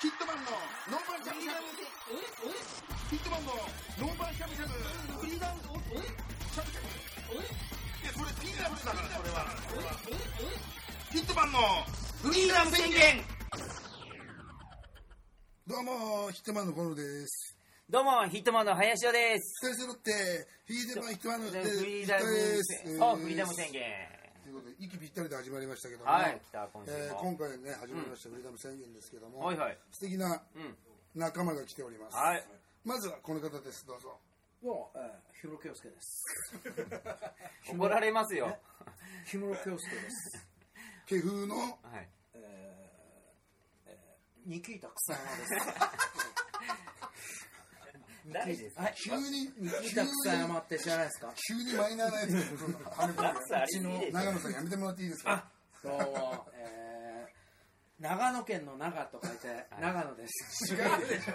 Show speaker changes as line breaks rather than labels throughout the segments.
ヒットマンのノーパンしゃぶしゃぶヒットマンのノーパンしゃぶしゃぶフリーダンスおいしゃぶしゃぶいやそれピーナッツだからそれはそれはヒットマンのフリーダン宣言
どうも、ヒットマンのコロです。
どうも、ヒットマンの林 尾です。
二人揃って、ヒートマン、ヒットマンの
フ
で
リーダム
です。
そう、フリーダム宣言。
ということで、息ぴったりで始まりましたけども、
はい、来た、今週
えー
も。
今回ね、始まりました、フリーダム宣言ですけども、
はいはい
素敵な
うん。
仲間が来ております。
はい。
まずはこの方です、どうぞ。
どうも、えー、氷室京介 です。
怒られますよ。
氷室京介です。
家風の、
はい。
えー、えー、ニキータ草山です。
誰ですか
急に、
ニキー
急
タ
に、
草山って知らないですか
急にマイナーなやつが来るのはめ込んで
ダンスありすぎでしょ
長野さんやめてもらっていいですか
どうも、えー、長野県の長と書いて、長野です。違うでしょ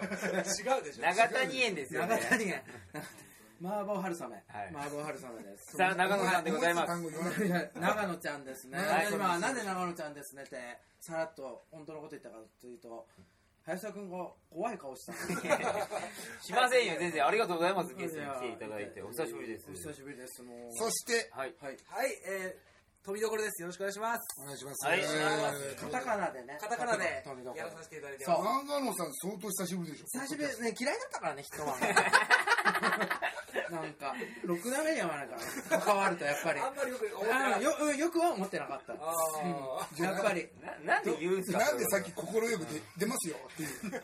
違うでし
長谷園ですよ
長
ね。
谷県。麻婆春雨。
はい
麻婆春雨です。
さあ、長野さんでございます。
もう一つ単語言わない
いや長野ちゃんですね、
はい
今、なんで長野ちゃんですねって、さらっと本当のこと言ったかというと、林田君が怖い顔したん ですよ
しませんよ、全然。ありがとうございます、ゲストに来ていただいて。お久しぶりです
お。久しぶりです。もう
そして、
はい。
はい。
はい、えー、飛びどころです。よろしくお願いします。
お願いします。
はい
えー
お願いします
というこ
カ
と
タ
で
カナでね。
カタカナで
飛びどこ
や
ろ
らさせていただいて
そ
ます。
う
長野さん相当久しぶりでしょ
久しぶりですね、嫌いだったからね、人は。なんか、ろくな目には合わないから、関わるとやっぱり。
あんまりよく思ってな
あー。よ
い
うんよくは思ってなかった。
あー
うんやっぱり。
な、なんで言うんですか
なんでさっき心よく出出ますよっていう。
で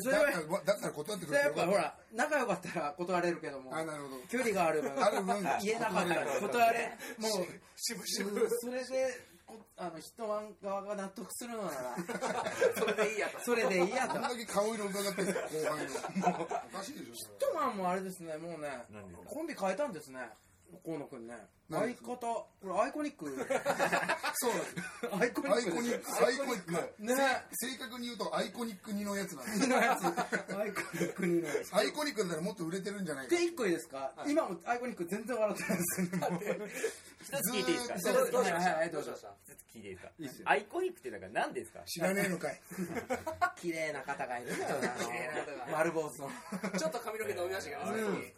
そ
だ
れ
か
は、
ら
そ
だったら断ってく
れ
れ
は
て
や
よかった
っぱほら、仲良かったら断れるけども、
あ、なるほど。
距離がある分、
ある分
言えなかったから断れ、もう、
しぶしぶ。
それで、こあの、人側が納得するのなら、
それでいいやと。
それでいいや
あ
と
ん。だけ顔色伺ってるんですよ後輩の。おかしいでし
ヒットマンもあれですね、もうね、コンビ変えたんですね、河野くんね。
何
相方、これアイコニック。そうアイコニ
ょ。アイ
ッ
コ
ク
ニ
で
ック、アイコニック。
す。ね
正確に言うとアイコニック2のやつなんです。
アイコニックにの。で、
アイコニックだったらもっと売れてるんじゃないか。
一個いいですか、今もアイコニック全然笑ってないですね。
一つ聞いていいですか
ず
一
ーっ
つ
と
どうしまし
はいはい
た
ど
ど
うしまし
うしましたた
聞いていいですかアイコニックってだから何ですか
知らねえのかい。
綺麗な方がいるんだよね
綺麗な方が
あの、丸坊主の。
ちょっと髪の毛伸びましたけどね、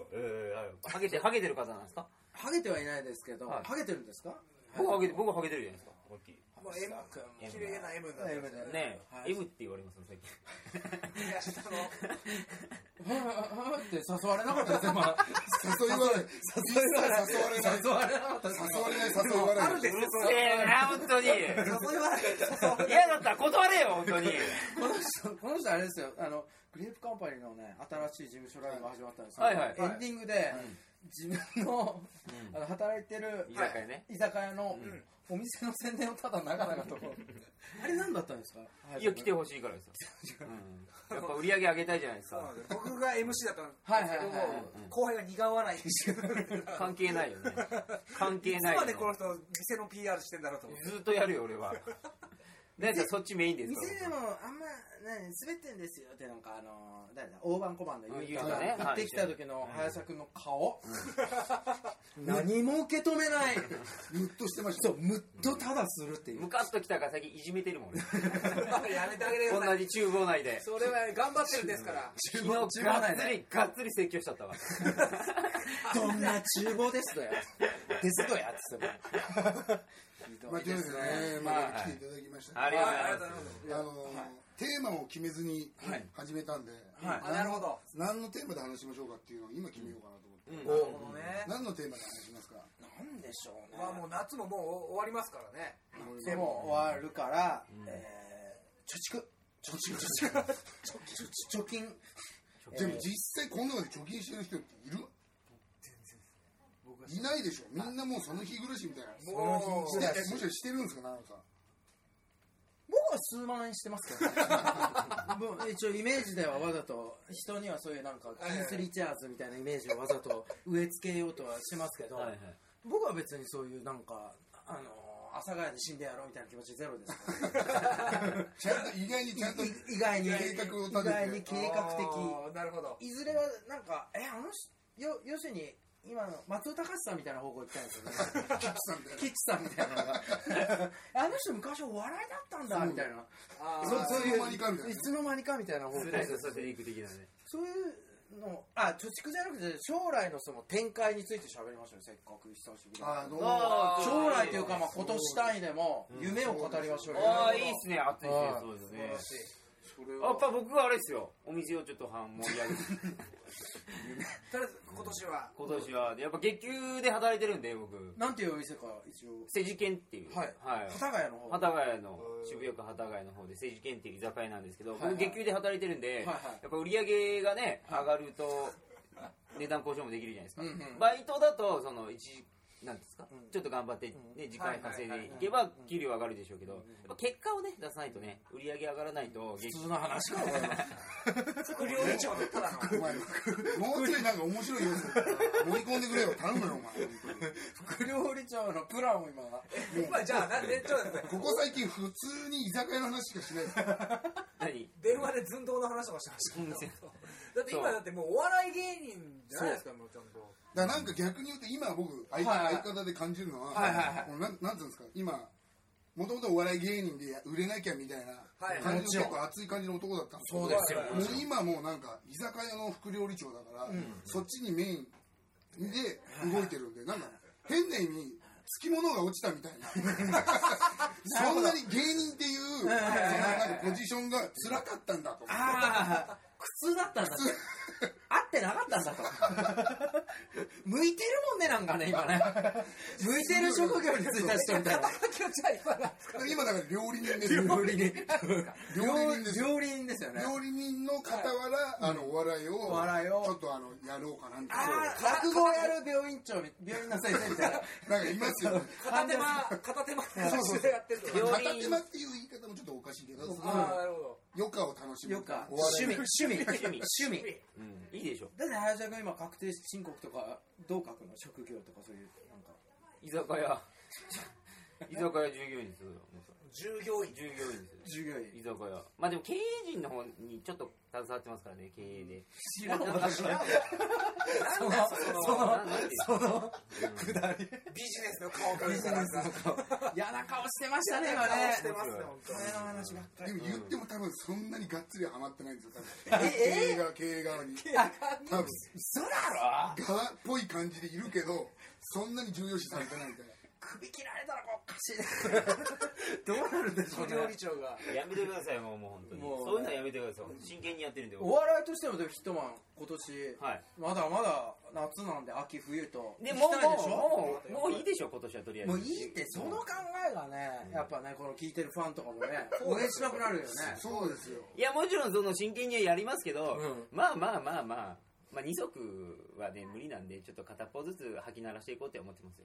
さ
ハ
っき
ゲて、ハゲてる方なんですか
ハゲてはいないですけど、
はい
ハゲてるんですか
僕はハゲて、僕はハゲてるじゃないですか。
もう M 君、綺麗な M になってますよね。
ね
は
え、
い
M って言われますよ、最近。
いや、下の、
はぁはぁはぁって誘われなかったですよ、まだ。
誘い笑い。
誘われなかった。
誘われない。
誘われなかったで
誘われない、誘い笑い。
す。
うるせえな、本当に。
誘い笑いがちょっと
嫌だったら断れよ、本当に。
この人、 この人あれですよ、あの、グレープカンパニーのね、新しい事務所ライブが始まったんですよ。
はいはい
エンディングで、自分の、あの、働いてる
居酒屋ね。
居酒屋の、お店の宣伝をただ長々と。 あれ何だったんですか
いや、来てほしいからですよ。うんやっぱ売り上げ上げたいじゃないですか。
僕が MC だったん
はいはい
です
はい
けど
はい。
も、後輩が苦笑いしてる。
関係ないよね。関係
いつ
ないよ
ま
ね。
でこの人、店の PR してんだろうと思って。
ずっとやるよ、俺は。だってそっちメインですか
店でもあんま、ね、滑ってんですよってなんかあの誰だ大盤小盤のゆう
うんゆう
が
がね
行ってきた時の林田君の顔、 何も受け止めない
ムッとしてました。
そうむっとただするって
ら。
いう
ムカッときたから最近いじめてるもんね。
やめてあげてくださ
同
い。
じ厨房内で。
それは頑張ってるんですから。
昨日、がっつり、がっつり説教しちゃったわ。
どんな厨房ですと やですとやっつっても ひ
ま
ど
あ、
い
という
で
わ
す
けで
ね
ね、
ま
ま
あ
あ、来ていただきました。
ありがとうござい
あり
ま
がとうござい
す。
ます。
あのテーマを決めずに
はい
始めたんで、
はい
あなるほど。
何のテーマで話しましょうかっていうのを今決めようかなと思って、
うん
なるほどね。
何のテーマで話しますか
なんでしょうね、
まあもう夏ももう終わりますからね。
でも終わるから、えー貯蓄貯蓄貯蓄貯金
でも実際こんなので貯金してる人っているいないでしょみんなもうその日暮らしみたいな
も
の日
し
暮
て
ら
え
し
もしかしてしてるんですか奈良さん
僕は数万円してます けどねもう一応イメージではわざと人にはそういうなんかキース・リチャーズみたいなイメージをわざと植え付けようとはしてますけど、
はいはい
僕は別にそういうなんかあの阿佐ヶ谷で死んでやろうみたいな気持ちゼロですから
ちゃんと意外にちゃんと
い意外に
計画を立てて
意外に計画的
あーなるほど。
いずれはなんかえあの人よ要するに今の松尾隆さんみたいな方向行きたいんです よね
キッチさんみ たい
キッチさんみたいなのがあの人昔お笑いだったんだみたいな
あー
な。そそういう間にかみたい
い
な。
つの間にかみたいな方向
スライスさせていく的なね。
そういうのあ貯蓄じゃなくて将来のその展開について喋りましょうよせっかく久しぶりだから
あーどうも
あー
将来というか、まあ、今年単位でも
うん
夢を語りましょうよ
ああ、いいっすね、熱いっすね
は、い
そうですね。
それ
や
は
っぱ僕はあれですよ、お店をちょっと半盛り上げて、
とりあえず今年は
今年は、やっぱ月給で働いてるんで、僕、
なんていうお店か一応
世辞県っていう、
はい
はい、
幡ヶ谷の方
幡ヶ谷の
へー
渋谷区幡ヶ谷の方で政治検定居酒屋なんですけど、
はいはい
僕月給で働いてるんで、
いはい
やっぱ売り上げがね上がると値段交渉もできるじゃないですか、
うんうん
バイトだとその一なんですか、
うん
ちょっと頑張って、ね
う
時間稼いでいけば
はいはいはい
給料上がるでしょうけど、
うんうん
やっぱ結果をね出さないとね売り上げ上がらないと月
普
給
通の話かお 前
副料理長のただの
お前、もうちょいなんか面白い要素盛り込んでくれよ。頼むよ、お前。
副料理長のプランを今
今じゃあなんでちょっと待って
ここ最近普通に居酒屋の話しかしないです。
何
電話で寸胴の話とかしてましたけどだって今だってもうお笑い芸人じゃないですかもうちゃんと
だからなんか逆に言うと今僕相,、
はいはい
相方で感じるのは、
はいはいはい
このなんなんていうんですか今もともとお笑い芸人で売れなきゃみたい
はい
な感
も
じ
ち
の
ろん
結構熱い感じの男だったんですけど
そうですよ
もう今もうなんか居酒屋の副料理長だから、そっちにメインで動いてるんでなんか変な意味つきものが落ちたみたい なそんなに芸人っていうその
はいはいはい
なんかポジションが辛かったんだと思って
ああ苦痛だったんだと合ってなかったんだと 向いてるもんねなんかね 今ね向いてる職業に就いた人みたいな
今日じゃあ今だ
だから今だから料理人です
料理人
料理人です
料理人ですよね
料理人の傍ら、あのお笑いを
お笑いを
ちょっとあのやろうかなみたい
あー落語をやる病院長み病院の先生みたいな
ななんかいますよね
片手間片手間の話でやってるとか
料
片
理
手間っていう言い方もちょっとおかしいけどその
ああなるほど
余暇を楽しむ
よか
お笑
趣
い
味趣味趣味
趣うん、いいでしょ
だって林田君今確定申告とかどう書くの職業とかそういうなんか
居酒屋 居酒屋従業員ですよもうそれ
従業員
従業員です
従業員
居酒屋まあでも経営陣の方にちょっと携わってますからね経営で
知らんわ知らんわその
そ
そ
の
の
そ
そのくだり
ビジネスの顔から
ビジネスの顔嫌な顔してましたね今
顔
ね
してますね本当
金の話ばっかり
でも言っても多分そんなにがっつりはまってないんですよ多
え
分経
え
営側経営側に
あ
多分
嘘だろ
側っぽい感じでいるけどそんなに重要視されてないみたいな
首切られたらおかしい どうなるんでしょう
副料
ね
理長が
やめてくださいもうもう本当に
もう
そういうのはやめてください真剣にやってるんで僕
お笑いとしてもでもヒットマン今年
はい
まだまだ夏なんで秋冬と
で
行き
もう
たいでしょ
もうもうもういいでしょ今年はとりあえず
もういいってその考えがね、やっぱねこの聞いてるファンとかもね応援しなくなるよね
そうですよ
いやもちろんその真剣にはやりますけど、
う
まあまあまあまあまあ2足はね無理なんでちょっと片っぽずつ吐き鳴らしていこうって思ってますよ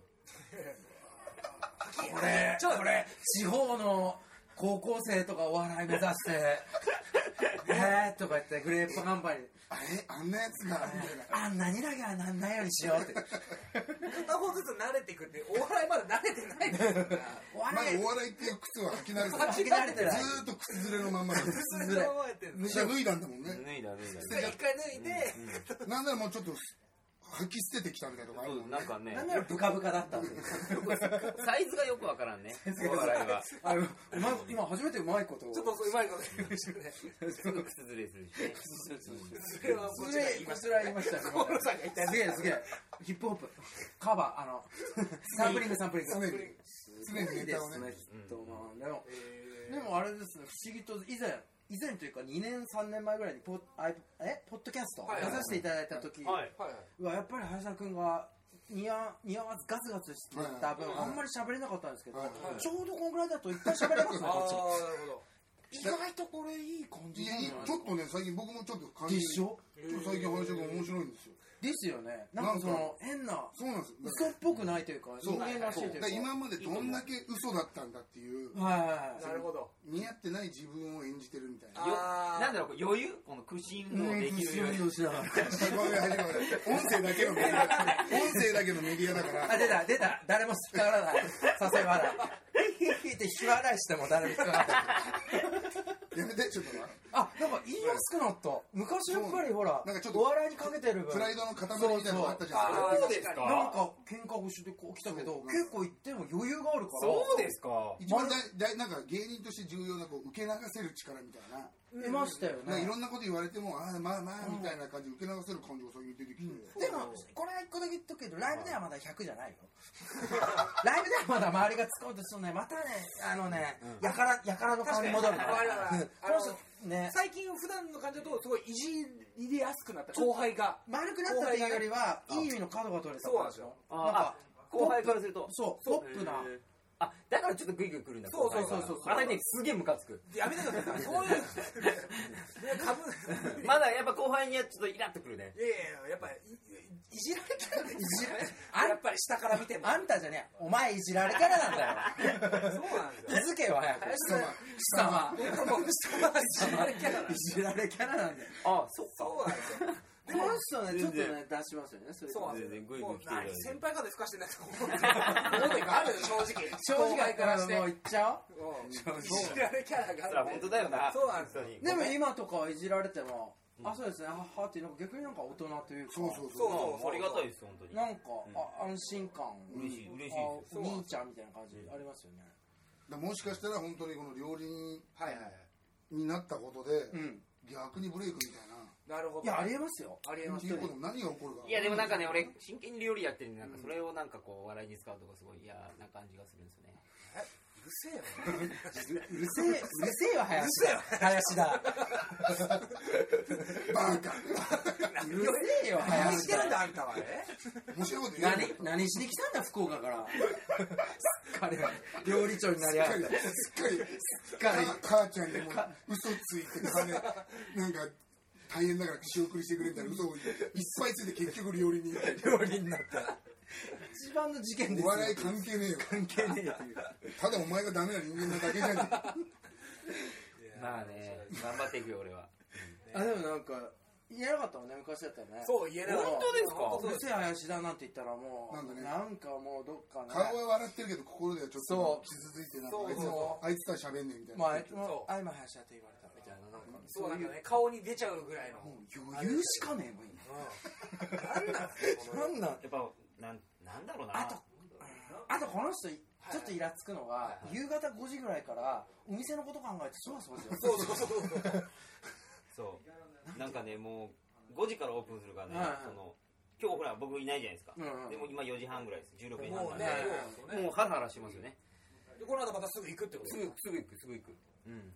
これ
ちょっとね
地方の高校生とかお笑い目指 して「えー」とか言ってグレープカンパニー
あれあんなやつがみたいな
「あんなにだけはなんないようにしよう」って
片方ずつ慣れていくってお笑いまだ慣れてないですから
お
まだ
笑い
お笑いっていう靴は履き慣れて
履き慣れて
ない
ない
ずーっと靴ずれのまんまなんです
それで覚えてるんで
じゃあ脱いだんだもんね
脱いだ脱いだ
す一回脱いで
なんならもうちょっと吐き捨ててきたみたいなとこあるも
そ
ん
う
ね
なんかね
なんならブカブカだったんで
サイズがよくわからんねお笑いは
あうまい今初めてうまいことを
ちょっとうまいこと言いましたね
すぐ靴ずれするしね
それはこ
失
ち
礼
ら言いま
こ
し
ちら言いましたね
た河野さんが言った
すげえすげえヒップホップカバーあのサンプリングサンプリング
常に常にネタをね
きっとまあでもでもあれですね不思議と以前以前というか2年3年前ぐらいにポッあいえポッドキャスト
はい
出
はい
させていただいた時、
はい
はいはいう
わやっぱり林田君が似合似合わずガツガツしてた分、
はい
あんまり喋れなかったんですけど、
はい
ちょうどこんぐらいだといっぱい喋れます
ああ
ね
なる
こっち
ほど
意外とこれいい感
い
じ
や
なんじゃない
ちょっとね最近僕もちょっと感じ
でしょ
ちょっと最近話が面白いんですよ
ですよねなんかそ
なん
の変な
そうなんですよだか
嘘っぽくないというか
そう
人間らしいとい
らだか
うから
今までどんだけ嘘だったんだっていう
はいはいはい
なるほど
似合ってない自分を演じてるみたいな
あ
よなんだろうこう余裕この苦心のできる余裕
しながら
始まる始まる音声だけのメディア音声だけのメディアだから
あ、出た、出た。誰も引っかからない。させ笑い。ひひひって引き笑いしても誰も引っかからない。
やめてちょっとな
あ、なんか言いやすくなった昔やっぱりほら
なんかちょっと
お笑いにかけてる分
プライドの塊みたいなのがあったじゃない
そうそう
ですか。
か
なんか喧嘩腰でこう来たけど
そう
結構行っても余裕があるから
そうですか。
一番大大なんか芸人として重要なこう受け流せる力みたいな、
いましたよね
なんかいろんなこと言われてもああまあまあみたいな感じで受け流せる感情がそういう出てきて、
でも、これは一個だけ言っとくけど、 ライブではまだ100じゃないよ。ライブではまだ周りが使おうとするとね、またね、あのね、やから、やからの顔に戻るから。
確かに
うん
あ
こ
の
の人、ね、
最近普段の感じだとすごいいじりやすくなった後輩が
丸くなったっていうよりは、いい意味の角が取れたから
そうなんです
あ
なんか、
あ後輩からすると
そう、ポップな。
へーあだからちょっとグイグイ来るんだ
そうそう
後輩が
そうそうそう
あれねすげえムカつく
やめてくださいそういうかぶい
まだやっぱ後輩にはちょっとイラっとくるね
やいややっぱりいじられてるんですよねやっぱり下から見ても
あんたじゃねえ、お前いじられからなんだよ。
そうなんで
気
すよ
づけよ、早く。
林さん
貴様。
もう下はいじられキャラなん
い
です
じられキャラなんだよ。
あそっか
そうなんですよ
この人ね、ちょっと
全
ね、出しますよね、それ
そうなんで
全
す
然グ
よ
イ
も
グ
う
イ来てるだけで
先輩風吹かしてないと思う思うのがあるよ正直
正直
後輩からして
もう言っちゃおう。
うんいじられキャラが
そ
あ
りゃ
る
本当だよな
そうなんですよ
本当に
でも
ごめん
今とかはいじられても、あ、そうですね、ははって、なんか逆になんか大人というか、
そうそう
そう
そう
そうそう
ありがたいです本当に
なんか、あ安心感、
嬉しい嬉しいです
あ
そう
兄ちゃんみたいな感じありますよね。
だからもしかしたら本当にこの料理人
はいはいはい
になったことで、
ん。
逆にブレイクみたいな、
なるほど
いや、ありえますよ。
ありえま
っ
す
ていうことも何が起こるか
いやでもなんかね俺真剣に料理やってるんでなんかそれをなんかこう笑いに使うとかすごい嫌な感じがするんですよ ね
うるせえ
う
よ
るせえ、うるせえわ、林。
うるせえわ
林だ。
バカ
うるせえよ、
何
林
してるん
だ。
だあんたはね
面白いこと言う
何何しに来たんだ、福岡 から。彼は料理長になりやが
すっ
っ
かりすっかり
すっかり
母ちゃんにも嘘ついて金なんか大変だから仕送りしてくれたら嘘をいっぱいついて結局料理人
た。料理になった。一番の事件です
お
よ。
笑い関係ねえよ
関係ねえっていう。
ただお前がダメな人間なだけじゃね
まあね頑張っていくよ俺は
あ、でもなんか、言えなかったもんね、昔だったらね。
そう言えない
本
当ですか
本
う
当
る
です
せえ林だなんて言ったらもうな
なんん
か,、
かね
もうどっかね
顔は笑ってるけど心ではちょっと傷ついてなんか
そう
あいつ
そ
あいつとは喋んねえみたいな
まああいつ
そ
も
う
あ今林だって言われたみたいななんか
そうなんかね顔に出ちゃうぐらいの
もう余裕しかねえもん今
なんなんすかこの
なんなん
やっぱなんなんだろうな
あとあとこの人ちょっとイラつくのは、
はい
夕方5時ぐらいからお店のこと考えてそわそわし
そ
よ
うそうそうそう
そうなんかねもう5時からオープンするからね、
はいはい
その今日ほら僕いないじゃないですか、
うんうん
でも今4時半ぐらいです16時半
も
ぐ
うね
らい
そうね
もうハラハラしますよね
でこの後またすぐ行くってこと
すぐすぐ行くすぐ行く、うん、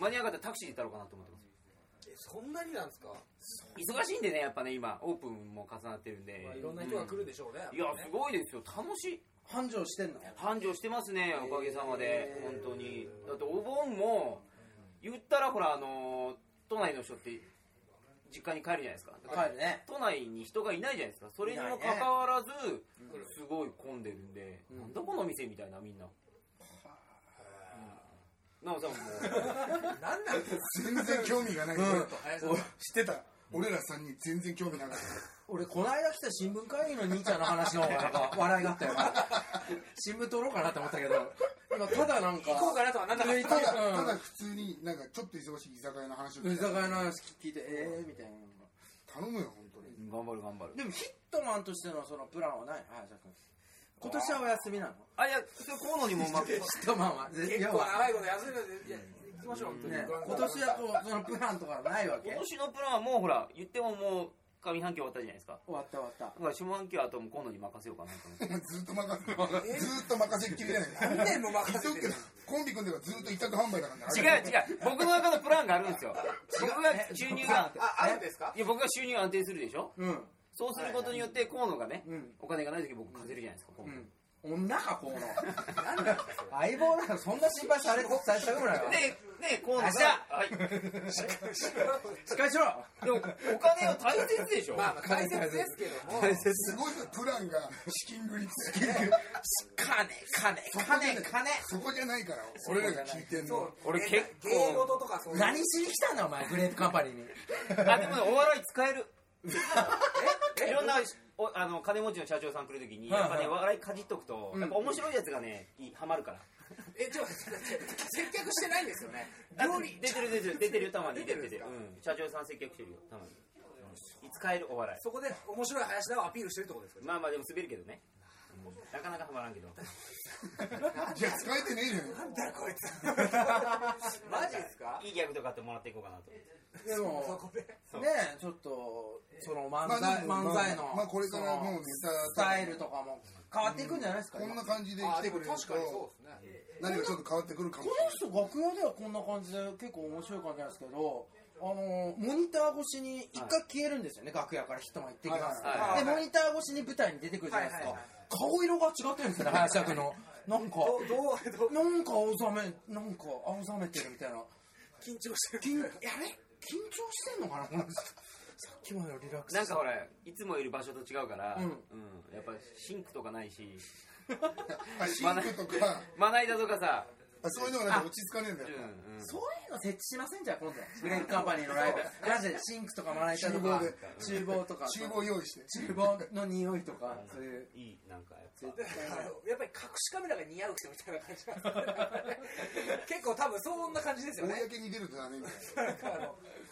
間に合わなかったらタクシーで行ったろうかなと思ってます
えそんなになんですか
忙しいんでねやっぱね今オープンも重なってるんで、
まあいろんな人が来るでしょうね
いやすごいですよ楽しい
繁盛してんの
繁盛してますねおかげさまで
へー
本当にだってお盆も言ったらほらあのー都内の人って実家に帰るじゃないですか
帰るね
都内に人がいないじゃないですかそれにもかかわらず、すごい混んでるんで、
うん
なんだこの店みたいなみんな、うん、なおさんも
なんなんですか
全然興味がない、俺
林
お知ってた俺ら3人全然興味なかった
俺この間来た新聞会議の兄ちゃんの話の方がなん か笑いがあったよな新聞取ろうかなと思ったけど今ただなんか
行こうかなとはなんだか
抜い
た
て
だ
うん
ただ普通になんかちょっと忙しい居酒屋の話を
居
聞いた
酒屋の話聞いてええー、みたいな
頼むよ本当に
頑張る頑張る
でもヒットマンとしてのそのプランはない林田君今年はお休みなの
あいやそれ河野にもう まく
ヒットマンは
結
要
構
は
長いこと休んでるいや行きましょう本当に
ね今年はこうそのプランとかないわけ
今年
終
のプランはもうほら言ってももう上半期終わったじゃないですか
わった終わった
だから下半期はあともう河野に任せようかなと思 って
ずっと任せ るずっと任せっきりじゃない
何年も任
言っとく
せて
けど
る
コンビ組んではずっと委託販売だからね
違う違う僕の中のプランがあるんです よ僕が収入 が
ああるんですか
いや僕が収入安定するでしょ
うん
そうすることによって河野がね、
うん
お金がない時僕稼げるじゃないですか、今
う
度
ん女かこの相棒なのそんな心配されされたくないわ
でで河野が
明
はい
しっかりしろ
でもお金は大切でしょ、
まあまあ解説ですけども
すごいプランが資金繰りって
金金金金
そこじゃないから俺らが聞いてん
そ
の
う
俺結構
芸事とかそういう
何しに来たんだお前グレープカンパニーに
あでもねお笑い 使える
え
いろんなおあの金持ちの社長さん来るときに
はいは
やっ
い
ぱね、笑いかじっとくと、
うん
やっぱ面白いやつがねいハマるから
え、ちょっと待って、接客してないんですよね。料理、
出てる出てる出てるたまに
出てるんですか
うん社長さん接客してるよたまにいつ帰るお笑い
そこで面白い林田をアピールしてるってことですか
まあまあでも滑るけどねうんなかなかハマらんけど
いや、使えてねえじゃん。
なんだこいつ。マジですか
いいギャグとかってもらっていこうかなと
で
そ
も
こで。
そう
ねちょっとその漫
まあ
才
でも
漫才の
まあこれからもうネ
そ
タ
のスタイルとかも変わっていくんじゃないですか
こん
今
な
こ
感じで来
あ、
て
で
く
も
れる
確かに
と
そうですね。
何かちょっと変わってくるかもし
の人楽屋ではこんな感じで結構面白い感じなんですけどあのモニター越しに一回消えるんですよね、楽屋から人も行ってきます、
はいはいはい
でモニター越しに舞台に出てくるじゃないですか、
はいはい
顔色が違ってるんですよね林役のなんか
どう、どう、どう、
なんか青ざめなんか青ざめてるみたいな
緊張してる。
緊やれ緊張してんのかなこの人さっきまでよりリラックス
なんかほらいつもいる場所と違うから、
うん
うんやっぱシンクとかないし
れない。あシンクとか、
まな板とかさ、
あそういうのがなんか落ち着かねえんだ
うん
よ。
うん、
そういうの設置しませんじゃあ今度グレープカンパニーのライブマジでシンクとかまな板とか厨房とか
厨房用意して。
厨房の匂いとかそういう
いいなんかやっぱ
絶対
あのやっぱり隠しカメラが似合う人みたいな感じなんですね結構多分そんな感じですよね。
公に出るとダメみたい
なんか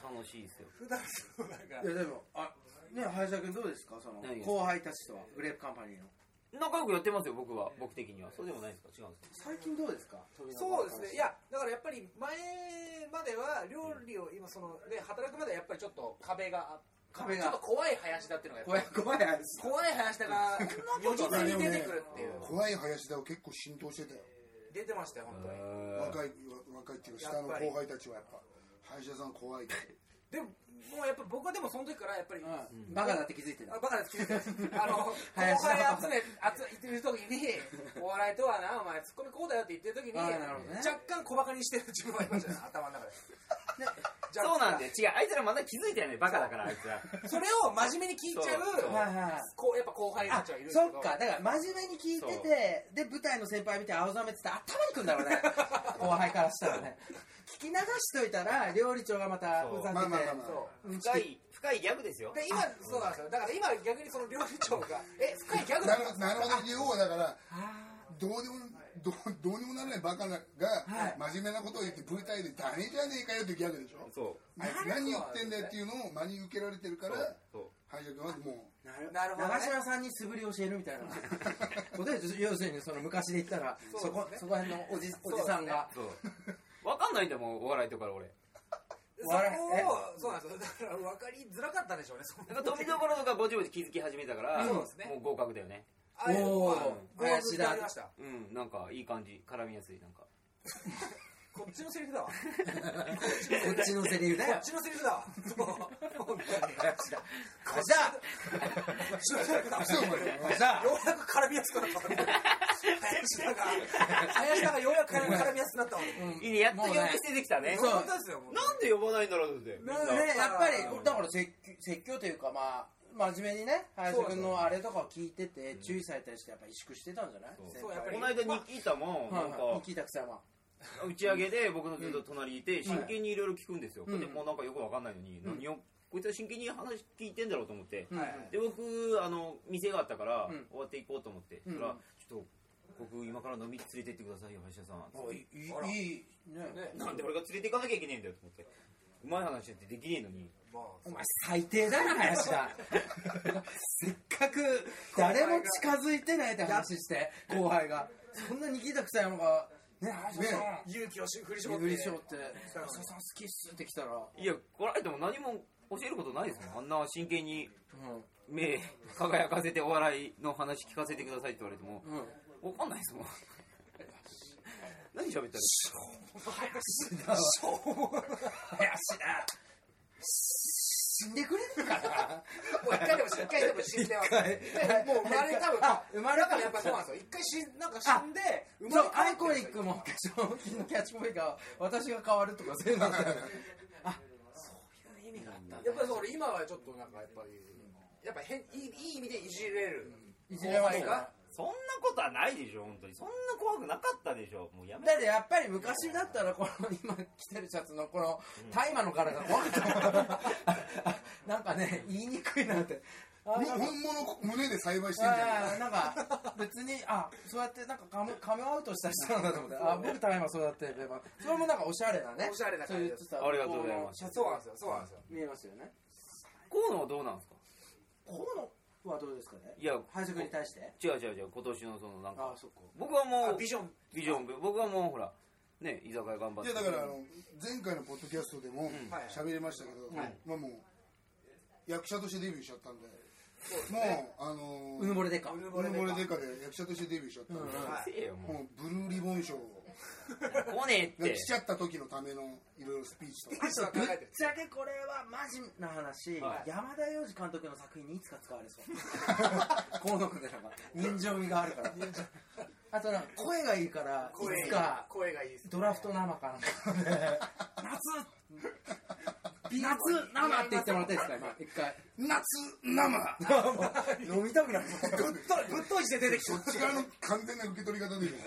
あ
楽
の
しいですよ
普段のなんか
いやでもあね林田君どうですかその
何が
後輩たちとはグレープカンパニーの
仲良くやってますよ僕は僕的にはそうでもないですか違うんですか
最近どうですか
そうですね、いや、だからやっぱり前までは料理を今その、ね、働くまではやっぱりちょっと壁があっ
壁が
ちょっと怖い林田っていうのがやっぱ
怖い怖い話
怖い林田が如実に出てくるってい
な。
う、
怖い林田を結構浸透してたよ。
出てましたよ、本当に。
若い、若いっていうか下の後輩たちはやっぱ、林田さん怖いって。
でも、もうやっぱ僕はでもその時からやっぱり、
うんバカだって気づいて
あ
た
バカだって気づいてますあの、 後輩
林田
集め、集め、言ってる時に、お笑いとはな、お前ツッコミこうだよって言ってる時に、
あーなるほどね
若干小馬鹿にしてる自分がいましたね、頭の中で。
そうなん
で
だよ違うあいつらまだ気づいてないねバカだからあいつ ら
それを真面目に聞いちゃう
そうそう
はいはい
こうやっぱ後輩た
あ
ちはいるんです
そ
け
っ
ど
かだから真面目に聞いててで舞台の先輩見て青ざめてて頭いくんだ ろうね後輩からしたらね聞き流しといたら料理長がまた
そう
ふざ
まあ
け
まあ
て
まあま
そ
深い深いギャグですよ
うで今そうなんですよだから今逆にその料理長が「え深いギャ
あ。
グ
なる
だ
ほど、なるほど。要はだから、どうでも、どうどうにもならないバカなが、真面目なことを言って舞台でダメじゃねえかよってギャグでしょ。
そう
あいつ何言ってんだよっていうのを真に受けられてるか
そ
ら、
うそ
林田君はも う、
なるほどね
長嶋さんに素振り教えるみ たいなことで要するにその昔で言ったらそ,、
そう
こ
ですね
そこら辺のおじおじさんが
うそう分かんないんだもんお笑いとか俺
そこ
笑え
をそうなんですよだから分かりづらかったんでしょうねそんな
なんか富所とかぼちぼち気づき始めたから
そうですね
もう合格だよね
あれ
おー
まあ
林田
ありました
うんなんかいい感じ絡みやすいなんか
こっちのセリフだわこ
こっちのセリフだよ
っちのセリフだわそう本当に
こっちだ
こっちのセリフだわ
そうだよ
こっちだ
ようやく絡みやすくなった林田が林田がようやく絡みやすくなったわ
いいねやっと
もう
呼び
ね
捨てできたね
そう
本当ですよもう
なんで呼ばないんだろうってみんな
なんで
ね、やっぱりだから説教説教というかまあ真面目にね林くんのあれとかを聞いてて注意されたりしてやっぱ萎縮してたんじゃない
そう
そうやっぱり
この間ニキータもなん
はいは
か
い聞いたくさんは
打ち上げで僕のずっと隣にいて真剣にいろいろ聞くんですよ、
うん
でもうなんかよくわかんないのに、
ん
何をこいつは真剣に話聞いてんだろうと思って、
うん
はいはい
で僕あの店があったから、
うん
終わっていこうと思って、
うん
そしたらちょっと僕今から飲み連れてってくださいよ林田さん
おいいい
あ
い
ら
いね
ね
なんで俺が連れて行かなきゃいけねえんだよと思ってうまい話だってできねえのに
まあ
お前最低だな林 田せっかく誰も近づいてないって話して後輩がそんなに聞いたくさんがね林田さん
ね
勇気を振り絞っ
振
て
りしようって林田さん好きっすって来たら
いや来られても何も教えることないですもんあんな真剣に
う
目輝かせてお笑いの話聞かせてくださいって言われても
んうん
わかんないですもん何喋ったら
林田死んでくれるかな
もう一回でも一回でも死んでます。もう生まれ多分
あ生まれ
だからやっぱそうなんですよ。一回死んなんか死んで生
そ
ま
う
れ
アイ
変
コ
わ
ニ
っ
ッ
てる
クも化粧品のキャッチボーイが私が変わるとか全部あったよねあそういう意味があったんだ
やっぱりそう俺今はちょっとなんかやっぱりやっぱ変いいいい意味でいじれる。
いじめました
が
そんなことはないでしょ本当にそんな怖くなかったでしょもうやめ
だってやっぱり昔だったらこの今着てるシャツのこの大麻の柄が怖かったなんかね言いにくいなって あ
む
なんか
本物胸で栽培してんじゃ
あなんか別にあそうやってなんかカムカムアウトした人なんだと思ってあ僕たま今育てればそれもなんかおしゃれなね
おしゃれな
そう
感じ
い
で
う
す
ちょっ
ありがとうございます
このシャ
そう
ツ
なん
が
ですよそうなんですよ
見えますよね
河野はどうなんですか
このはどうですかね
いや
配属に対して
違う違う違う今年のそのなん
あ
か
そっか
僕はも
あ
う
ビジョン
ビジョン僕はもうほらね居酒屋頑張っ
ん。い
て
やだからあの前回のポッドキャストでも
ん
はい
喋りましたけど、
はい
まあもう役者としてデビューしちゃったんで、
そうです
も
ね
うあの
うぬぼれでか
うぬ
うぬぼれ
で
デ
か
カで役者としてデビューしちゃったんで、
うん
は
せえよも
このブルーリボン賞を
う来ねえっ
来
て
ちゃった時のためのいろいろスピーチとか。
ちょっと
ぶっ
考えてる
ちゃけこれはマジな話、
はい
山田洋次監督の作品にいつか使われそう河野君でなんか人情味があるからあとなんか声がいいからい
声
つ
が
か
声がいいです
ドラフト生かなんかで夏夏生って言ってもらっていいですか今一回
夏生
飲みたくなる
ぶっといして出てきた
そっち側の完全な受け取り方でいいよ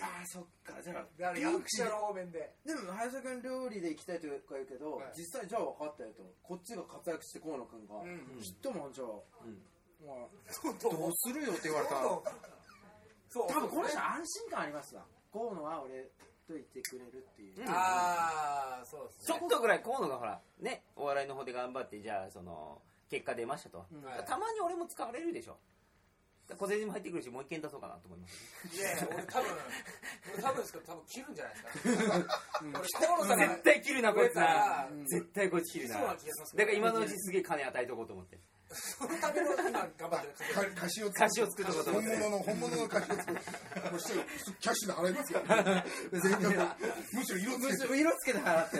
ああそっかじゃあ
だから役者の方面で
でも林田君料理で行きたいとか言うけど、
はい
実際じゃあ分かったよとこっちが活躍して河野君が、
うん
きっともうじゃあ、まあ
そう
どうするよって言われたら
そう
多分この人安心感ありますわ河野は俺といてくれるっていう、
うん
ああそうです
ちょ
ね
っとぐらい河野がほらねお笑いの方で頑張ってじゃあその結果出ましたと、
うん
はい
たまに俺も使われるでしょだから小銭も入ってくるしもう一件出そうかなと思いますね
いやいや俺多分俺多分ですけど多分切るんじゃないですか俺河野さんが
絶対切るなこいつ
増えたら
な絶対こいつ切るな
そうな
だ
気がしますけ
か
ど
ら今のうちすげえ金与えとこうと思って
そのための今 頑張ってる
か歌詞を
歌詞を作っとこうと思
本
って
物の本物の歌詞を作るもうしてキャッシュで払い ますから、ね、
別に
むしろ色つけて
色つけたからって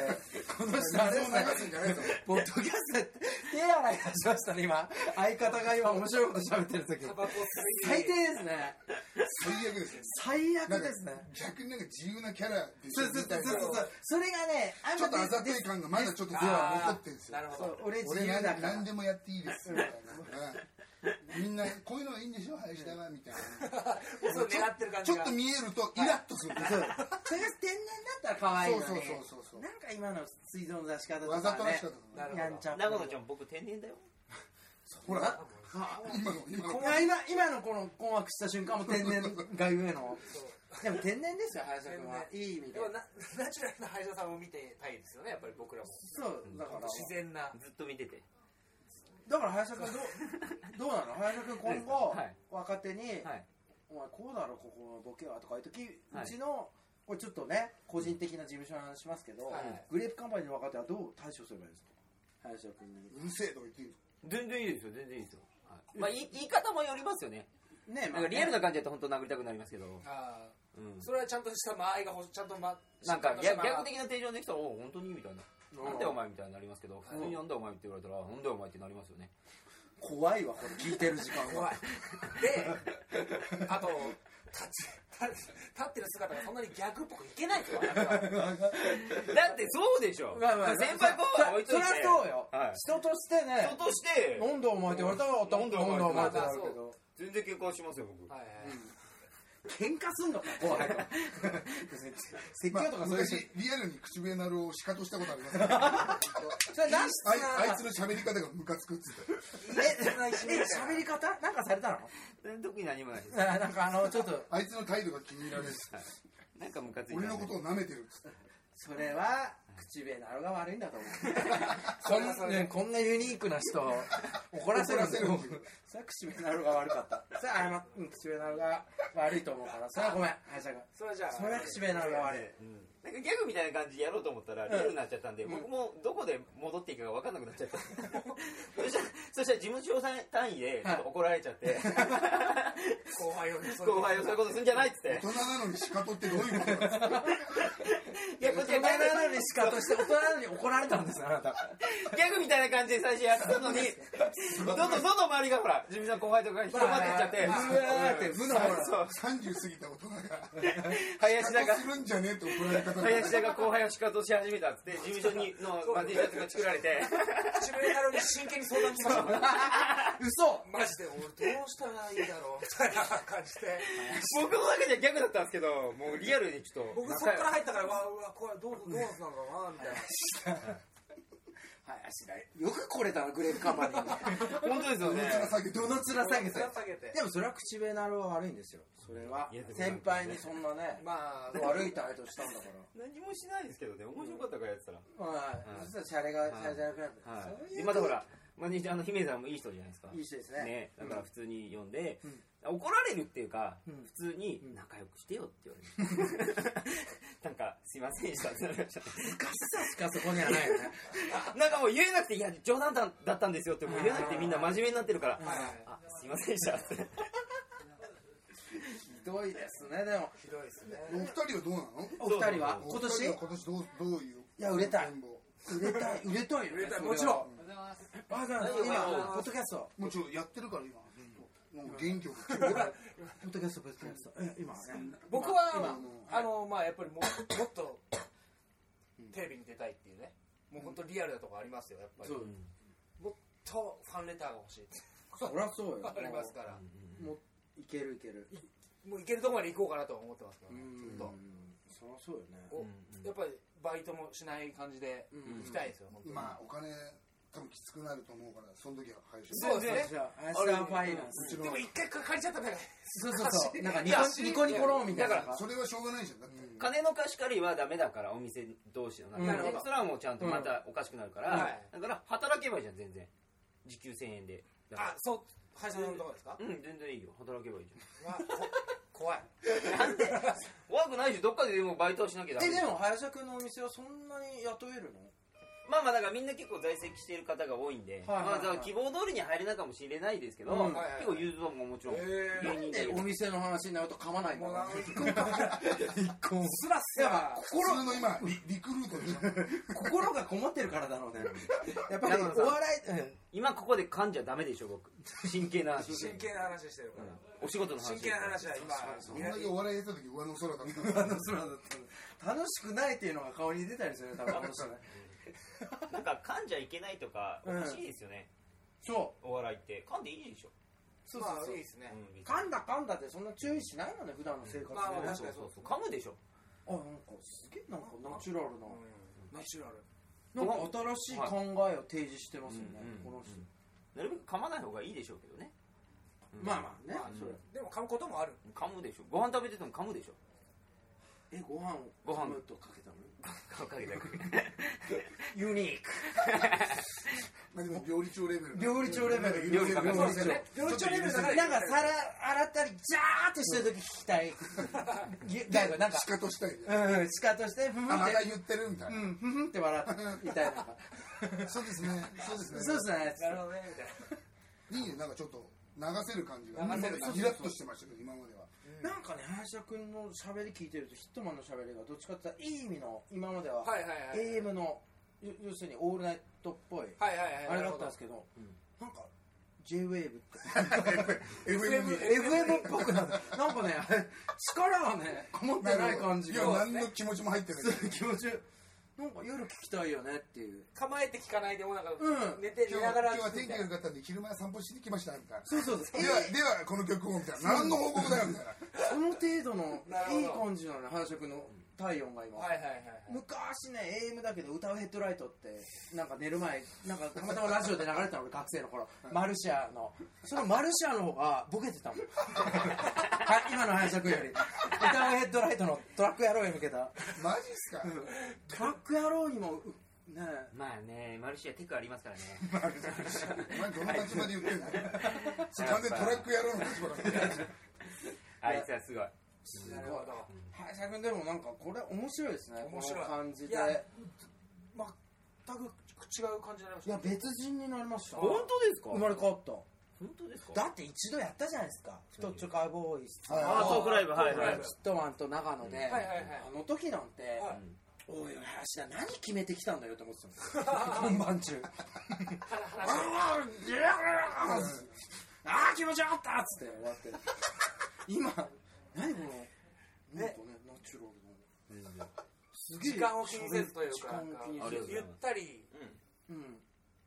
この人あれ
水を流
ですね
すんじゃないぞ
ポッドキャストやって手洗い出しましたね今相方が今面白いこと喋ってる時
タバコ吸い
最低ですね
最悪ですよ
最悪ですね
逆になんか自由なキャラでし
そ
ょ
うそう
みたいな
そうそうそれがねあん
ちょっとあ
ま
ざと
で
い感がまだちょっと
あ
では
ー
残ってるんですよ
なるほ
そう
ど
俺自
俺
由だ
何
から
何でもやっていいですみたいなみんなこういうのがいいんでしょ林田はみたいな
そう狙ってる感
ち
じ
ょっ
が
と見えるとイラッとする、
そうそれが天然だったら可愛いのに
そうそうそうそう
なんか今の水道の出し方と
わ
かね
ざとらしかった
なるほど
やんち
長野ちゃ
ゃっぽい
ん僕天然だよ
ほら
あ
今の今の
いや今今のこの困惑した瞬間も天然がゆえの
そう
でも天然ですよ林田君はいい意
天
味で
でもなナチュラルな歯医者さんを見てたいですよねやっぱり僕らも
そうだから
自然な
ずっと見てて
だから林田君どうどうなの林田君今後、
はい
若手に、
はい
お前こうだろここのボケは」とかいう時、
はいう
ちのこれちょっとね個人的な事務所の話しますけど、
はい
グレープカンパニーの若手はどう対処すればいいですか林田君に
うるせえとか言っていいの
全然いいですよ全然いいですよ、はいまあ、い言い方もよりますよね
ね
なんかリアル
な
な感じだと本当殴りたくなりますけど、う
あ
ん
ー、それはちゃんとした間合いが欲しいちゃんとま
なんか
ち
逆
ゃんとした間
逆的な提示ができたら「おう本当に?」みたいな「なんだよお前」みたいになりますけど普通に「なんだよお前」って言われたら「なんだよお前」ってなりますよね
怖いわこれ聞いてる時間が
怖いであと立ち立立ってる姿がそんなに逆っぽくいけないですよあなたは
だってそうでしょ、
まあまあ
先輩後輩置いといて
そりゃそうよ、
はい
人としてね
人として
飲んでお前って言われたらあった
飲んでお
飲
前
んでお前って
まあ
な
まあ
るけど
全然結婚しますよ僕
はいはいはい
喧嘩すんのか怖いから説
ま
教
あ
とかそういうし、
昔リアルに口笛なるをシカとしたことありますけど
それ何
あいあいつの喋り方がムカつくっつって
ええ喋り方なんかされたの
特に何もないです
ななんかあのちょっと
あいつの態度が気に入られず
なんかムカついて
俺のことを舐めてるっつって
それは口笛のあれが悪いんだと思
そうれは
こ
そ
ん,、
れ
ね、こんなユニークな人を怒らせるんだよ
怒らせる
それは口笛のあれが悪かったそれは謝っうん口笛のあれが悪いと思うからそれはごめん林田君
それはじゃあ
それは口笛のあれが悪い
なんかギャグみたいな感じでやろうと思ったらリアルになっちゃったんで、
ん
僕もどこで戻っていいかが分かんなくなっちゃった そしたらそしたら事務所単位でちょっと怒られち ゃって、
後輩をね
後輩をそういうことするんじゃないっつって
大人なのにシカとってどういうことだっつって
いやこっち
大
は
人なのにしかとして大人なのに怒られたんですよあなた
ギャグみたいな感じで最初やってたのに、どんどんどんどん周りがほら、ジミさん後輩とかに広まっていっちゃって、
うわーって無のほら
そう、
30過ぎた大人が
林田
シ
が
カと、するんじゃねえって怒られ方だ
林田が後輩を仕方し始めたっつって、事務所にのマネージャーとか作られて、
口笛なのに真剣に相談来ましたもん
嘘
マジで俺どうしたらいいだろうみたいな感じで
僕の中ではギャグだったんですけど、もうリアルにちょっと、
僕そっから入ったからわうわこれどうどうなんだろうなみたいな
林だよ。よく来れたな、グレープカンパニーに。
本当ですよね。
下げて
どの面下げて。
下げて
でもそれは口紅は悪いんですよ。それは。
いやでも
先輩にそんなね、
まあ
悪い態度したんだか
何もしないですけどね、面白かったからやってたら。
ら。はい。そしたらシャレが、シャレじゃなく
はい、
なる。
今だから、まあ、にあの姫さんもいい人じゃないですか。
いい人ですね。
ね、だから普通に読んで、
うん
怒られるっていうか、
うん
普通に
うん
仲良くしてよって言われる。なんか、すいませんでしたってなりました。
昔さしかそこにはないよね。
なんかもう言えなくて、いや、冗談だだったんですよって、もう言えなくてみんな真面目になってるから、あ、すいませんでしたって。
ひどいですね、でも。
ひどいですね
お二人はどうなの
お二人は
お
今
二人は
年
今年どうどういう
いや売れたい
展望
売れたい、売れたいよね、
売れたい
そは
もちろん
うあそうなんです今、ポッドキャスト。
もちろんやってるから今ずっとなんか元気を
ポッドキャスト、ポッドキャスト。え今はね。
僕
今
は
の
あのまあやっぱりももっとテレビに出たいっていうねもう本当リアルなとこありますよやっぱり
そう。
もっとファンレターが欲しい
そりゃそうよ。
ありますから
もう、いけるいける。
もう行けるとこまで行こうかなとは思ってますけど
う
ね
ん
ずっと。
そりゃそうよね。
おやっぱりバイトもしない感じで
うん
行きたいですよ本当に
今お金多分きつくなると思うからその時は配信
そうですね
じゃあ、アシターファイナンス。
でも一回か借りちゃったから
そうそうそう。なんかニ
いや
コ、ニコニコローンみたいなのが。
それはしょうがないじゃんだって
金の貸し借りはダメだから、お店同士の中で。
なる
ほど
それはもうちゃんとまたおかしくなるから、
はい
だから働けばいいじゃん、全然。時給1000円で。だから
あそう配信のとこです か
うん、全然いいよ。働けばいいじゃん。
わこ怖い
怖くないでしょ、どっかででもバイトをしなきゃダメ
え、
だ
で
よ
も、林田君のお店はそんなに雇えるの
まあまあだからみんな結構在籍している方が多いんで、
はいはいはい
まあだから希望通りには入れないかもしれないですけど、
うん
はいは
結
い
構融通ももちろん、
え
なんでお店の話になると噛まないんだ
もう
ろう
なん
ね
か一個もか
一個も
スラスラ
心の今リリクルートでしょ
心がこもってるからだろう ね。やっぱ
だ
り
から
お
さ
笑い、うん
今ここで噛んじゃダメでしょ僕真剣な話
真剣な話してるから
お仕事の話
真剣な話は
そんだ
今みんな
けお笑いやってた時上の空だった
あの空だったの楽しくないっていうのが顔に出たりするよ多分あの人ね
なんか噛んじゃいけないとかお
うん
かしいですよね、
そう
お笑いって噛んでいいでしょ、
そう
そうそう
そういいですね
うん
噛んだ噛んだってそんな注意しないのね普段の生活で、
まあまあ
あ、なん
確
か
かに
そ
そうう
そう噛むでしょ
すげえなんかナチュラルな、
うんナチュラル
なんか新しい考えを提示してますよね、
うん
この人、
なるべく噛まない方がいいでしょうけどね、うん
まあまあね、
まあ
うん
それ
でも噛むこともある
噛むでしょご飯食べてても噛むでしょ
えご飯を
ご飯
噛むとかけたの
噛むかけたく
ユニーク
まあでも料理長レベル
料理長レベル
料理長レベル
料理長
料理長レベルじゃない
なんか皿洗ったりジャーってしてる時聞きたいなんかなんか
シカとしたいね
うんシカとしてふん
あ
っ
ま
て
た言ってるみたい
うん、ふふんって笑ってみたいな。
なそうですねそうですね
そうですね。
なるほどねみたい
いいねなんかちょっと流せる感じが
流せる感じ
イラッとしてましたけど今までは
な
なんかね、林田君の喋り聞いてると、ヒットマンの喋りがどっちかって言ったら、いい意味の、今までは、
はいはいはい
AM の、よ要するにオールナイトっぽい、
はいはいはい
あれだったんですけど、なんか、J-WAVE って、
FM に
FM っぽくなって、なんかね、あれ力がね、こもってない感じ
い
が、
や何の気持ちも入ってない
する気持ちよなんか夜聞きたいよねっていう。
構えて聞かないでもなんか
うん
寝て
今日
寝なが
は今
ら
日は天気が良かったんで昼間散歩しに来ましたみたいな
そうそうそう。
では、ではこの曲をみたいな何の報告だよみたいな
その程度の
なるほど
いい感じなのね林田君の体温が今、
はいはいはいはい
昔ね AM だけど歌うヘッドライトってなんか寝る前なんかたまたまラジオで流れてたの俺学生の頃マルシアのそのマルシアの方がボケてたもんはい今の林田君より歌うヘッドライトのトラック野郎へ向けた
マジっすか
トラック野郎にもうね
まあねマルシアテクありますから ね
お前どの立場で言ってんのそれ完全にトラック野郎の立場だから
あいつはすごい
す
なるほど
林田君でもなんかこれ面白いですね
面白い
この感じでい
いや
や
全く違う感じになりました
別人になりました
本当ですか
生まれ変わった
本当ですか
だって一度やったじゃないですか「太っちょカーボーイ」
はい
ああトークライブはいはい
は
はい
い
キットマンと長野で、
はいはいはい
あの時なんて、
はい
おいおい林田何決めてきたんだよって思ってたんですよ本番中あーいやーあー気持ちよかったっつって終わって今何このなんかねナチュラルなすげえ
時間を気にせずという
時間
か
を気に
あ
せ
りがとうご
ず
ざい
ゆっ
ます
たり
うん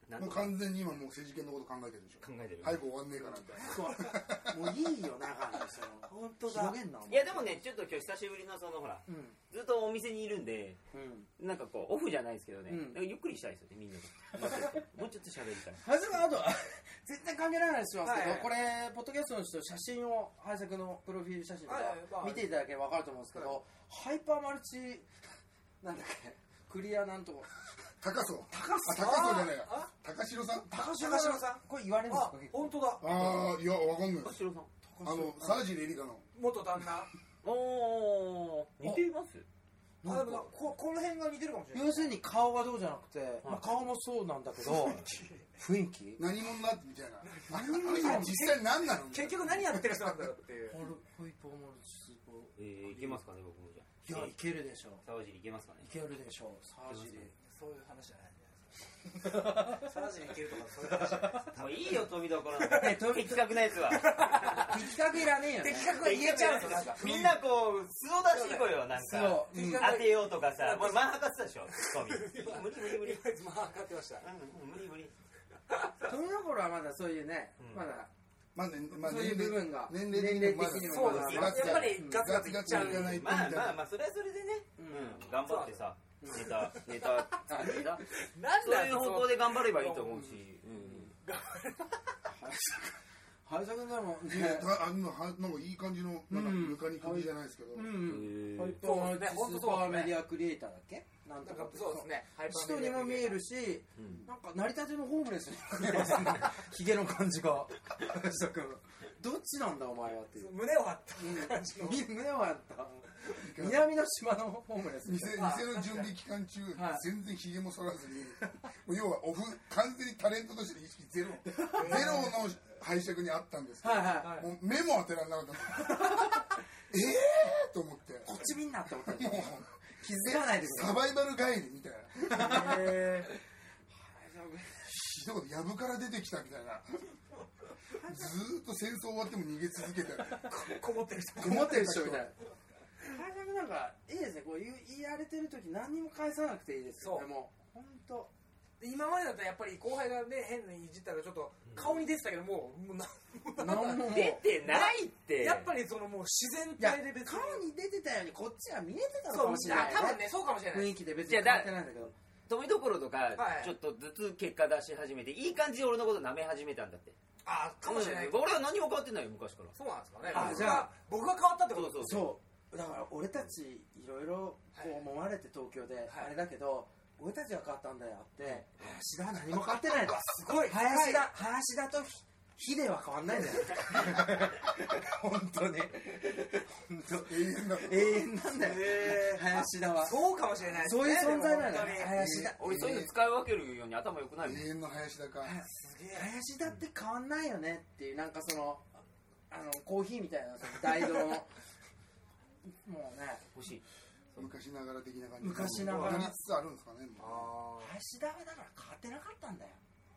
な ん
もう
とか
完全に今もう政治権のこと考えてるでしょ
考えてる
早く終わんねえかなみたいな
そうもういいよなかその
本当だ
広げんなお前
いやでもねちょっと今日久しぶりのそのほら
うん
ずっとお店にいるんで
うん
なんかこうオフじゃないですけどね、
うん
なんかゆっくりしたいですよねみんな でもうちょっと喋りたい
林さんあと 全然関係ない話しますけど、
はい
これポッドキャストの人写真を林作のプロフィール写真とか
はいはいまあ
見ていただければ分かると思うんですけど、ハイパーマルチ なんだっけクリアなんとか
高そう
高須
あ高そうじゃない
ああ
や高城さん
高
城
城
さん
これ言われるんです
あ
か結構
本当だ
ああいやわかんない
あ白さん
あのサージレリカの
元旦那
おー似ています
あ
なんか
でもここの辺が似てるかもしれない
要するに顔がどうじゃなくて、まあ、顔もそうなんだけど雰囲気
何者だみたいなあの人実際何なの
結局何やってる人なんだろうっていう
ハイパーマルチすご
えー、いけますかね僕もじゃ
いいやいけるでしょ
あ沢尻いけますかね
いけるでしょサージで
そういう話じゃないんだよサラジに行けるとかそういう話じゃ ない
もういいよ富所なんか
え富
行きたくないやつは
的確いらねえよね
的確が言えちゃうとなんか
みんなこう素を出していこうよなんか
そう、うん
的確
当てようとかさもう前測ってたでしょツッコミ無理無理無理
とりあえずまあ買ってまし
う
た
ん無理無理
富所はまだそういうね、
うん
まだ
まあねまあ
そういう部分が
年齢的にもまだ
年齢的にも
そう
ま
で
だ
ま
すねや
だ
っぱりガツガツいっちゃう
ガツガツいかないとみ
ま
た
あ
い
まあ
な
まあそれはそれでね
うん
うん頑張ってさネタネタネタ
なん
そう
だ
い
よ
う方向で頑張ればいいと思うし
林くんでも
いや
ね
たあのはなんかいい感じのなんか
うん
ぬかに首じゃないですけど、
うん
うん
ハイパーマルチスーパーメディアクリエイターだっけなん
な
と
ん
か
かそうですねハイパ
人にも見えるし、
うん
なんか成り立てのホームレスに見えますね ヒゲの感じが林田君どっちなんだお前はっていう
胸を張った感じの
み胸はあった南の島のホームレスみたい
店
な
店の準備期間中、
はい
全然ひげも剃らずに、もう要はオフ、完全にタレントとしての意識ゼロ、ゼロの拝借にあったんですけど、
はいはい
はい
もう目も当てられなかったの ええーと思って、
こっち見んなって思った
もう
気づかないでくだ
サバイバル帰りみたいな、
さいへ
ひどいこと、やぶから出てきたみたいな、ずーっと戦争終わっても逃げ続けて、
こもってる人
ー困ってるっしょみたいな林田君なんかいいですねこう言う言われてる時何にも返さなくていいですよね
そう
もう本当
で今までだったらやっぱり後輩がね変にいじったらちょっと顔に出てたけどもうもうな
何ももう
出てないって
やっぱりそのもう自然
いや
体で別
顔に出てたようにこっちは見えてたのか
そう
もしれない、
多分ねそうかもしれな
雰
い
囲気で別に変わってないんだけど
富所とか
はい
ちょっとずつ結果出し始めていい感じで俺のこと舐め始めたんだって
あかもしれない
うん俺は何も変わってないよ昔から
そうなんですかね
あ
僕
じゃ
が
あ
僕が変わったってこと
そうそう
そうだから俺たちいろいろこう揉まれて東京で、あれだけど俺たちは変わったんだよって林田は何も変わってないのす
ごい
林田林田とひヒデは変わんないんだよ 本当に本
永遠だ、
当永遠なんだよ林田は
そうかもしれないですね
そういう存在なの
で
よ
も本当に
林田
俺そういうの使い分けるように頭良くないもん
永遠の林田か、
すげえ
林田って変わんないよねっていうなんかそのあのコーヒーみたいなその大 道のもうね
欲しい
昔ながら的な感じ
昔ながら
なりつつあるんですかね、も
あ
林田はだから変わってなかったんだよ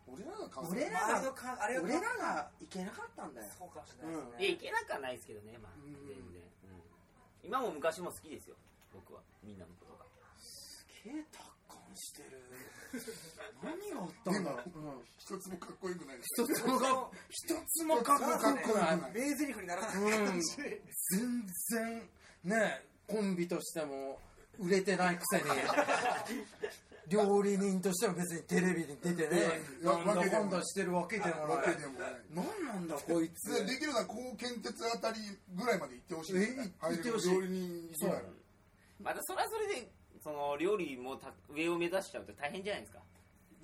う俺らが変わ
俺
る
ら
あれ
が
のかあれ
俺らがいけなかったんだよ
そうかもしれない
いや
で
いけなくはないですけどねまあ
うん
全然うん今も昔も好きですよ僕はみんなのことが
すげえ達観して る何があったんだろう
一つもかっこよくないです
一つもか一つもかっこよ
かっこ
く
よく
な
ないい
すね名台詞になら ない
うん全然ねコンビとしても売れてないく せに料理人としても別にテレビに出てね
いや
なんだ
わけで
か
も
んだしてるわけでも
わ
な
け
い
でもない
何なんだこい
で
つ
できるなら高検鉄あたりぐらいまで行ってほしいですね
え行ってほしい
料理人ぐらい
またそれはそれでその料理もた上を目指しちゃうと大変じゃないですか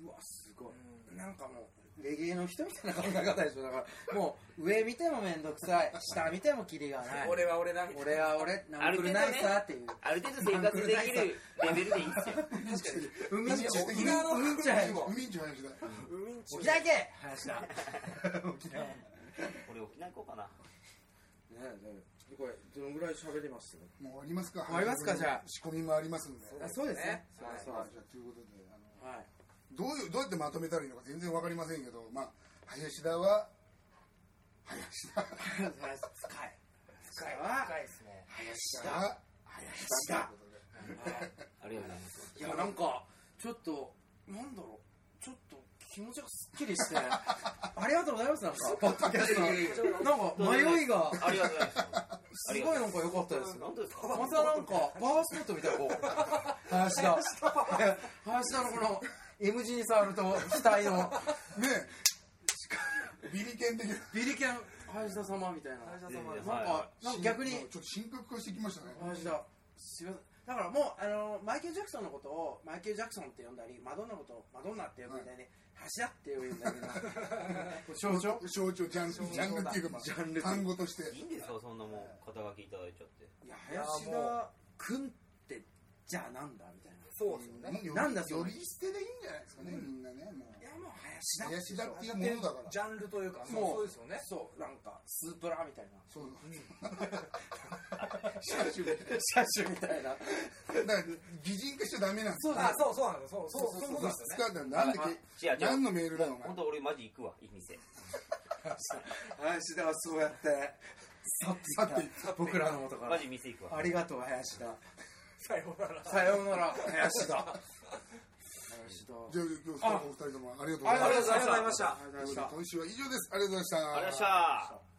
うわすごいなんかもうレゲエの人みたいな考え方でしょだからもう上見ても面倒く さい下見てもキリがない
俺は俺だみたいな
俺は俺
あ
何
る
く
程
る
度
ない
ね
さっていう
ある程度生活できるレベルでいいっすよ
海んち
沖
海
縄
の
んちゃい
海んち林だ
海んち
沖縄行け林だ 沖縄
俺沖縄行 こうかな
ねえこれどのぐらい喋ります
もう終わりますか
終わりますかじゃあ
仕込みもありますんで
あそうですね
そうですね
ま
は
あじゃあということであの
い、 はい、
どういうどうやってまとめたらいいのか全然わかりませんけどまあ林田は林田
林使い使いは
深いですね
林
林田
林だ
ありがとうございます
いやなんかちょっとなんだろうちょっと気持ちがすっきりして ありがとうございますなんかポッドキャスト
いやいや
なんか迷いが
ありがとうございます。
すごいなんか良かったです
本当ですか
またなんかパワースポットみたいなこう林田 林田のこの M 字に触ると額の
ねえビリケン的な
ビリケン林田様みたいな
林田様
いやいや
なんかなんか逆に
ちょっと深刻化してきましたね
林田すいませんだからもうあのマイケル・ジャクソンのことをマイケル・ジャクソンって呼んだりマドンナのことをマドンナって呼んだりね橋田って呼んだ りな象徴
象徴ジャンジャンルっていうかまあ
ジャンル
単語として
いいんですかそんなもん肩書きいただいちゃって
いや
いやもう
林田君ってじゃあなんだみたいな
そうですよね。
もう
なんだそれ
呼び捨てでいいんじゃないですかねみんなねも
いうやもう林田
林田っていうものだから
ジャンルというか、
もう
もうそうですよね。
そうなんかスープラみたいな
そう車種 みたい
車種みたい
な
な
だから擬人化しちゃダメなんですよ
あ、そうそうなんですよ。そうそうそういうこ
そ
と
う
で
そ
す
う使う
よね。
なんだなんだっ
違う違
け
う
何のメールだよお前
本当俺マジ行くわいい店
林田はそうやって去っていった僕らの元か
マ
ら
ジ店行くわ
ありがとう林田
さようなら。
さようなら林 田林田
じゃあ今日スタッフお二人ともありがとうござい
あ
ま
り
し
がとうございました
た今週は以上ですありがとうございました
ありがとうございました